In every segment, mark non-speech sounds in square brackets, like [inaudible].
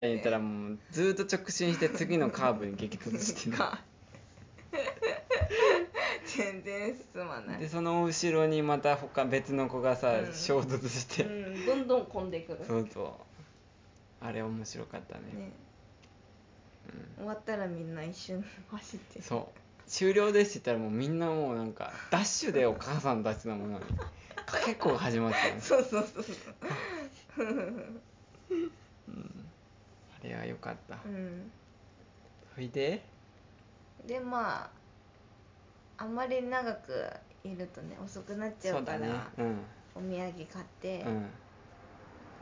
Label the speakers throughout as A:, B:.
A: えー、たらもうずーっと直進して次のカーブに激突してる
B: か全然進まない
A: でその後ろにまた他別の子がさ、
B: うん
A: 衝突して、
B: うん、どんどん混んでくる
A: そうそうあれ面白かったね
B: ね終わったらみんな一瞬走って
A: うん、そう終了ですって言ったらもうみんなもうなんかダッシュでお母さんたちのものにかけっこが始まってたんです
B: そうそうそうそう
A: あれは良かった、
B: うん
A: それで
B: でまああんまり長くいるとね遅くなっちゃ
A: そううだ
B: から、
A: ねうん
B: お土産買って
A: うん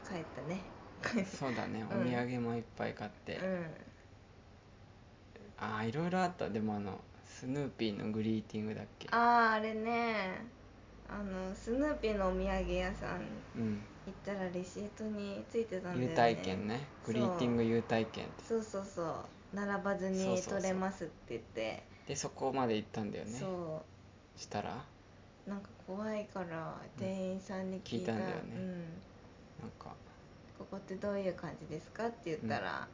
B: 帰ったね帰っ
A: そうだね、
B: うん
A: お土産もいっぱい買って、
B: てうん
A: ああいろいろあったでもあのスヌーピーのグリーティングだっけ
B: あああれねあのスヌーピーのお土産屋さん
A: うん
B: 行ったらレシートについてたんだよ
A: 優
B: ね
A: 待券ね
B: そ
A: グリ
B: う
A: ーティング優待券って
B: そうそうそう並ばず
A: そうそ
B: に
A: うそう
B: 取れますって言って
A: でそこまで行ったんだよね
B: そう
A: したらなん
B: なんか怖いから
A: うん
B: 店員さんに聞いた,、
A: 聞い
B: うん
A: たんだよねか
B: ここってどういう感じですか?」って言ったら、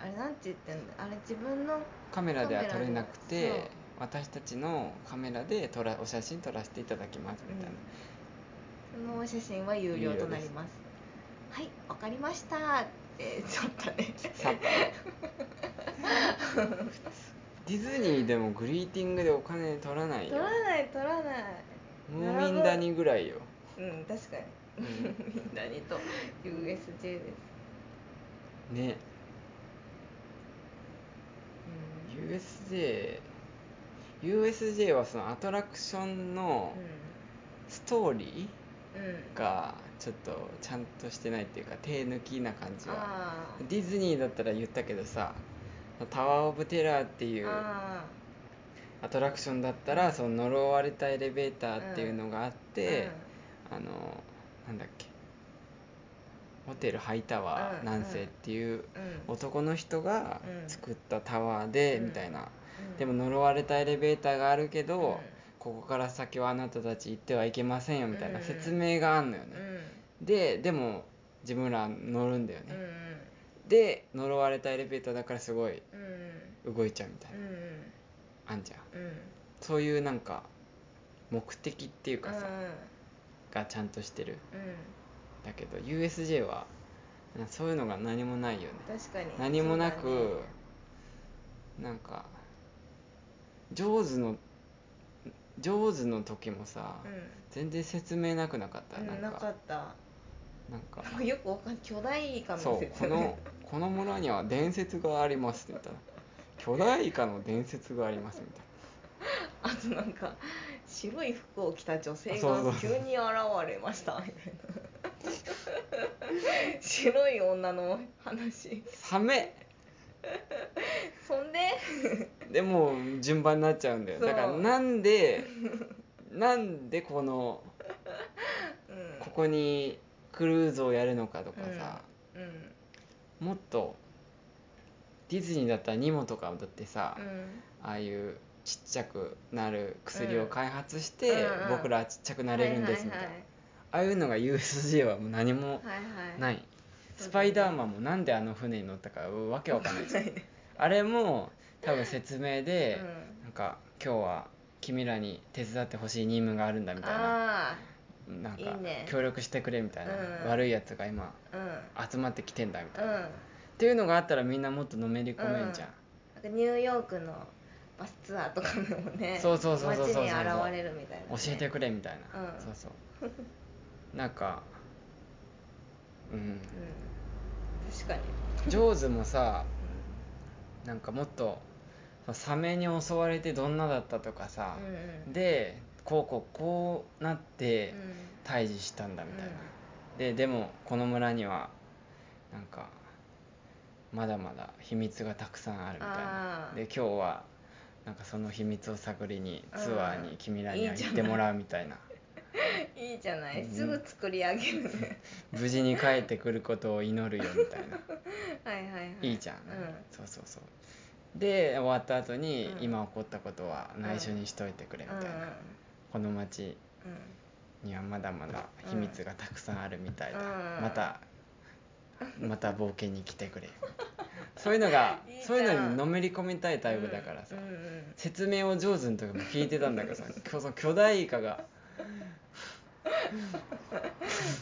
B: あれなんて言ってんだあれ自分の
A: カメラでは撮れなく
B: カメラで
A: て
B: そう
A: 私たちのカメラで撮らお写真撮らせていただきますみたいな、
B: そのお写真は有料となりますはいわかりましたってちょっと
A: [laughs]
B: ね
A: さディズニーでもグリーティングでお金取らない
B: 取
A: よ
B: らない取らない
A: ムーミン谷ぐらいよ、
B: うん確かに
A: う
B: みんなに
A: [laughs]
B: と USJ です、
A: ん、ね
B: うん
A: USJ USJ はそのアトラクションのストーリ
B: うんうん
A: ーがちょっとちゃんとしてないっていうか手抜きな感じは
B: あー
A: ディズニーだったら言ったけどさタワー・オブ・テラーっていう
B: あ
A: アトラクションだったらその呪われたエレベーターっていうのがあっ
B: ー
A: て、あのなんだっけホテルハイタワー
B: うん
A: 南西っていう
B: うんうん
A: 男の人が
B: うん
A: 作ったタワーで
B: うん
A: みたいな、
B: うん
A: でも呪われたエレベーターがあるけど、
B: うん
A: ここから先はあなたたち行ってはいけませんよみたいな
B: うん
A: 説明があんのよ
B: う
A: ね、
B: ん
A: ででも自分ら乗るんだよ
B: う
A: ね、
B: ん
A: で呪われたエレベーターだからすごい
B: うん
A: 動いちゃうみたい
B: うんう
A: な、
B: ん
A: あんじゃん
B: うん
A: そういうなんか目的っていう
B: う
A: か
B: ん
A: さ、がちゃんとしてる
B: うん
A: だけど USJ はうんそういうのが何もないよね
B: 確かに
A: 何もなく、
B: そうだね
A: なんかジョーズのジョーズの時もさ、全然説明なくなかった、
B: うん
A: な
B: うん
A: ん
B: な
A: か
B: かった
A: なんか
B: なんかよくわかん巨大イカの
A: そう
B: 説
A: こ
B: 明
A: のこの村には伝説がありますって言ったら巨大イカの伝説がありますみたい
B: あとなんか白い服を着た女性
A: そうそ
B: が
A: う
B: 急に現れましたみたいな白い女の話
A: なサメ
B: そんで
A: でもう順番になっちゃうんだよ
B: そう
A: だからなんでなんでこの
B: うん
A: ここにクルーズをやるのかとかさ、
B: うん
A: もっとディズニーだったらニモとかだってさ、
B: うん
A: ああいうちっちゃくなる薬を開発して、
B: うんうんうん
A: 僕らはちっちゃくなれるんですみたいな、ああいうのが USJ はもう何も
B: はいはいはい
A: ないい、スパイダーマンもなんであの船に乗ったかわけわかんないですあれも多分説明で、なんか今日は君らに手伝ってほしい任務があるんだ
B: う
A: み
B: ん、
A: たいな
B: あ
A: なんか
B: いいね
A: 協力してくれみたいな、
B: うん
A: 悪いやつが今
B: あうんうん
A: 集まってきてんだみたいな、っ
B: なん
A: ていうのがあったらみんなもっとのめり込めんじゃん、
B: かニューヨークのバスツアーとかでもね
A: そうそうそうそうそうそう
B: 街に現れるみたいなね、
A: 教えてくれみたいな、
B: うん
A: そうそうなんかうん
B: うん確かに
A: ジョーズもさなんかもっとサメに襲われてどんなだったとかさ、
B: うんうん
A: でこうこうこうなって
B: うん
A: 退治したんだみたいな、ででもこの村にはなんかまだまだ秘密がたくさんあるみたい
B: あ
A: な
B: ー
A: で今日はなんかその秘密を探りにツアー
B: うん
A: に君らにはい
B: いじゃ
A: 行っ
B: ない
A: てもらうみたいな
B: いいじゃない
A: うん
B: すぐ作り上げるね
A: 無事に帰ってくることを祈るよみたいな
B: はいはいはい
A: いいじゃん、
B: う
A: そうそうそうで終わった後に、
B: うん
A: 今起こったことは内緒にしといてくれみ
B: んうん
A: たいな、この町にはまだまだ秘密がたくさんあるみたいだ、
B: うん
A: またまた冒険に来てくれそういうのが
B: [laughs] いいじゃん
A: そういうのにのめり込みたいタイプだからさ、
B: うんうんうん
A: 説明を上手にとかも聞いてたんだ
B: [laughs]
A: けどさその巨大イカが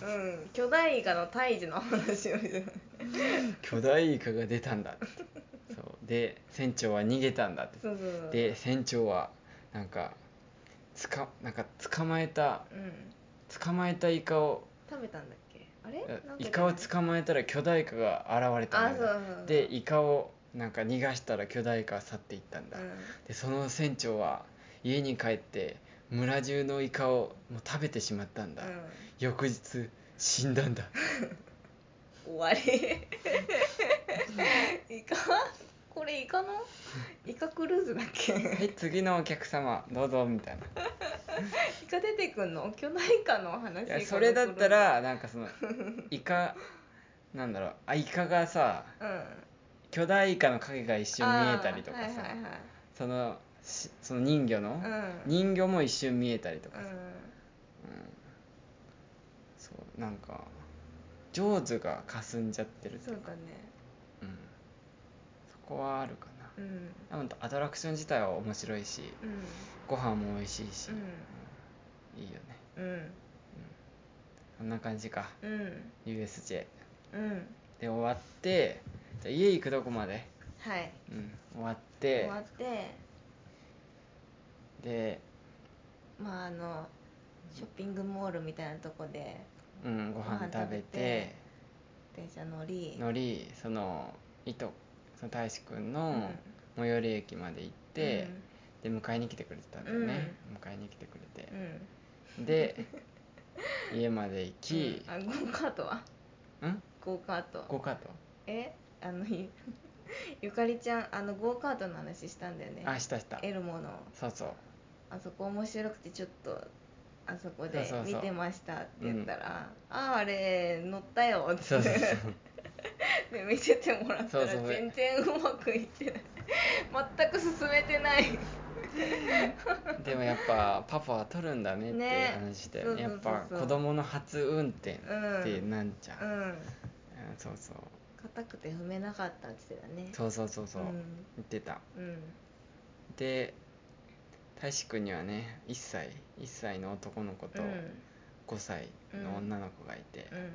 B: うん、巨大イカの胎児の話を見て
A: 巨大イカが出たんだってそうで船長は逃げたんだって
B: そうそうそう、
A: で船長はなんかつかなんか捕まえた
B: うん、
A: 捕まえたイカを
B: 食べたんだっけあれなん
A: イ
B: か
A: カを捕まえたら巨大イカが現れたんだよ
B: あそうそうそう
A: でイカをなんか逃がしたら巨大イカは去っていったんだ、
B: うん
A: でその船長は家に帰って村中のイカをもう食べてしまったんだ、
B: う
A: 翌日死んだ
B: [laughs]
A: んだ
B: ん、終わりイカこれイカのイカクルーズだっけ
A: はい次のお客様どうぞみたいな
B: イカ出てくんの巨大イカの話
A: いやそれだった
B: イ
A: らなんかそのイカなんだろうあイカがさ
B: カのクルーズ
A: 巨大イカの影が一
B: うん
A: 瞬見えたりとかさ、
B: あーはいはいはい
A: そのしその人魚の、
B: うん
A: 人魚も一瞬見えたりとか
B: う
A: さ、
B: ん
A: そうなんか上手が霞んじゃってるってい
B: そうう
A: か
B: だね
A: うん、そこはあるか
B: うん
A: なでもアトラクション自体は面白いし
B: うん
A: ご飯も美味しいし、
B: う
A: いいよね
B: ん
A: こんな感じか
B: うん
A: USJ
B: うんうん
A: で終わってじゃあ家行くとこまで、
B: はい
A: うん、終わっ
B: 終
A: て
B: わって
A: で、
B: まああのショッピングモールみたいなとこで
A: うん、ご飯
B: ご飯
A: 食
B: 食べ
A: べ
B: て
A: て
B: 電車乗り
A: 乗りそのいとその大志くん
B: うん
A: の最寄り駅まで行って、で迎えに来てくれてたんだよね、迎えに来てくれて
B: う、ん
A: で家まで行き、
B: うんあゴーカートは
A: うん、
B: ゴーカート
A: ゴーカート
B: えあのゆ [laughs] ゆかりちゃんあのゴーカートの話したんだよね
A: あしたした
B: エルモの
A: そうそう
B: あそこ面白くてちょっとあそこで
A: そうそうそう
B: 見てましたって言ったら「あああれ乗ったよ」って
A: そうそうそう
B: [laughs] で見せてもらった
A: そ
B: ら
A: うそうそう
B: 全然うまくいってない全く進めてない
A: でもやっぱパパは取るんだねって
B: ね
A: 話して、
B: そうそう
A: や
B: そ
A: っ
B: うそう
A: ぱ子供の初運転っ
B: うん
A: てなんじゃん、
B: う
A: うん
B: ん
A: そうそう
B: 硬くて踏めなかったって言ってたね
A: そうそうそうそう、
B: うん
A: 言ってた
B: うん
A: で大志くんにはね1歳1歳の男の子と
B: うん
A: 5歳の女の子がいて、
B: うん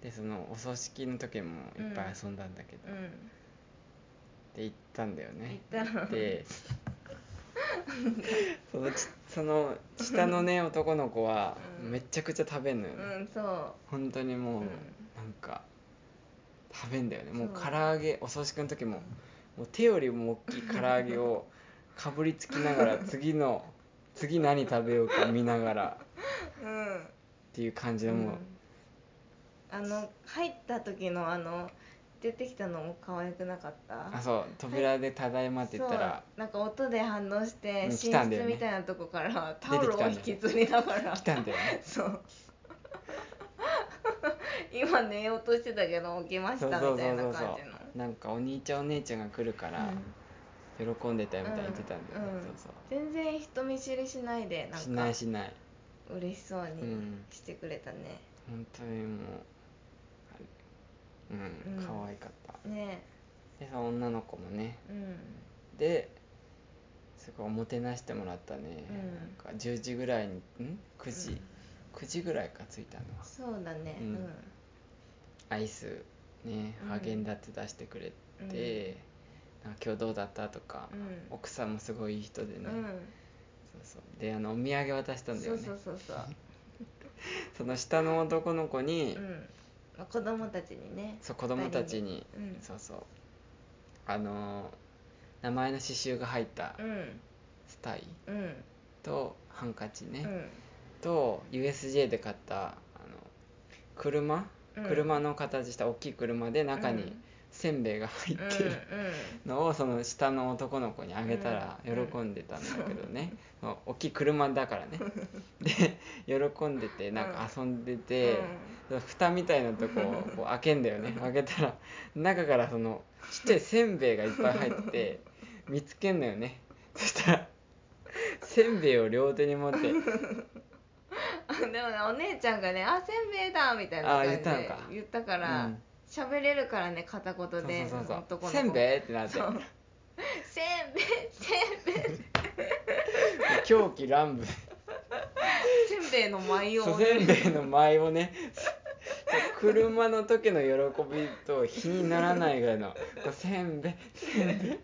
A: でそのお葬式の時もいっぱい遊んだんだけど、
B: う
A: っ
B: ん
A: て行ったんだよね
B: 行 [laughs] ったら
A: でそのちその下のね男の子は
B: うん
A: めちゃくちゃ食べんのよね、
B: うんそ
A: 本当にもう、
B: うん
A: なんか食べんだよねもう
B: そう
A: 唐揚げお葬式の時ももう手よりも大きい唐揚げをかぶりつきながら次の次何食べようか見ながらっ
B: ううん
A: ていう感じで
B: うん
A: もう、
B: あの入った時のあの出てきたのも可愛くなかった
A: あそう扉で「ただいま」って言ったら、
B: そうなんか音で反応し
A: う
B: て
A: ん
B: 寝室
A: 来たんだよね
B: みたいなとこから
A: 出
B: タオ
A: て
B: ル
A: きた
B: を
A: んだよ
B: 引きずりながら
A: 来たんだよね
B: そう [laughs] 今寝ようとしてたけど起きまし
A: そ
B: た
A: う
B: み
A: そう
B: た
A: そ
B: いう
A: そ
B: な
A: う
B: 感じの
A: そうなんかお兄ちゃんお姉ちゃんが来るから喜んでたよみたいに言ってたんだよね、
B: うんうん
A: そうそう
B: 全然人見知りしないでなんか
A: しないしない
B: 嬉しそ
A: う
B: うに
A: ん
B: してくれたね、
A: 本当にもうあれうん、
B: うん
A: 可愛かった
B: ね
A: でその女の子もね
B: えうん
A: ですごいおもてなしてもらったね、
B: うん
A: なんか10時ぐらいにん9時、
B: うん
A: 9時ぐらいか着いたのは
B: そうだねう
A: うん
B: ん
A: アイスね
B: うん
A: ハーゲンダッツ出してくれて、なんか今日どうだったとか、
B: うん
A: 奥さんもすごいいい人でね、
B: うん、
A: そうそうであのお土産渡したんだ
B: そ
A: よ
B: う
A: ね
B: そうそ
A: [laughs]
B: うそう
A: その下の男の子に、
B: うんまあ子供たちにね
A: そう子供たちに、
B: 二人にうん
A: そうそうあのー名前の刺繍が入った
B: うん
A: スタイ
B: うん
A: とハンカチね、
B: うん
A: と USJ で買ったあの車、
B: うん
A: 車の形した大きい車で中
B: う
A: に
B: ん
A: せんべいが入ってる
B: うんうん
A: のをその下の男の子にあげたら喜
B: うん
A: んでたんだけどね、そう大きい車だから
B: [laughs]
A: ねで喜んでてなんか遊んでて、その蓋みたいなと
B: [laughs]
A: こをこう開けんだよね開けたら中からそのちっちゃいせんべいがいっぱい入ってて見つけんのよねそしたらせんべいを両手に持っ
B: [laughs]
A: て
B: うん、でもねお姉ちゃんがね「あせんべいだ」みたいな
A: あ
B: 感
A: ー言っ
B: じ
A: たの
B: で
A: か
B: 言ったから
A: うん
B: 喋れるからね片言
A: そう
B: で
A: そうそう
B: 男
A: そ
B: の
A: う
B: 子
A: せんべい
B: い
A: ってなって
B: そうせんべいせんべい
A: 狂気乱舞
B: せんべいの舞を
A: そうせんべいの舞をね [laughs] 車の時の喜びと比にならないぐらいのこうせんべいせん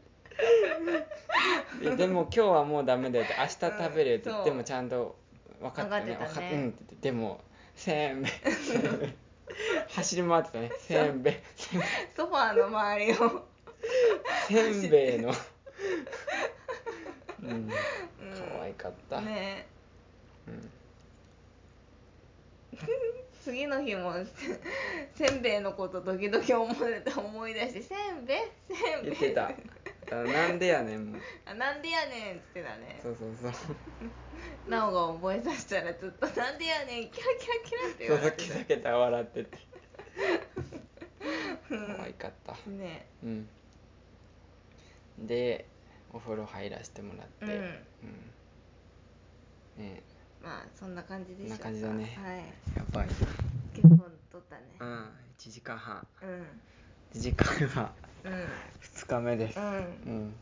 A: べいでも今日はもうダメだよって明日食べるよって言って
B: うんそ
A: も
B: う
A: ちゃんと分かったね
B: 分かってたね
A: 分かっうんって言ってでもせ
B: [laughs]
A: んべいせんべい走り回ってたねせんべい
B: ソファーの周りを、
A: せんべい
B: [laughs]
A: のうん
B: うん
A: 可愛かった、
B: ね
A: うん
B: 次の日もせんべいのこと時々思い思い出して「せんべいせんべ
A: 言
B: い」
A: ってたあなんでやねんもう
B: あなんでやねん」っつってたね
A: そうそうそう
B: なおが覚えさせたらずっと「なんでやねんキラキラキラ」って言われ
A: そう
B: て
A: けたけた笑って [laughs] て可愛
B: た
A: かった
B: ね
A: うんでお風呂入らせてもらって
B: うん
A: うん、ね
B: まあそんな感じでしょうか
A: こんな感じだね
B: はい
A: やばい
B: 結構撮ったね
A: うん1時間半
B: うん
A: 時間は
B: うん
A: 2日目です
B: うん
A: うん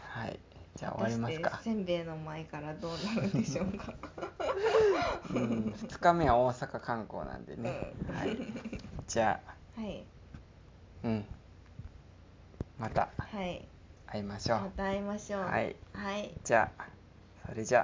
A: はいじゃあ終わります
B: 果たし
A: か
B: てせんべいの前からどうなるんでしょう
A: [laughs]
B: か
A: うん、2日目は大阪観光なんでね、はい、じゃあ
B: はい
A: うんまた
B: はい
A: 会いましょ
B: ま
A: う
B: た会いましょう
A: はい
B: はい
A: じゃあそれじゃあ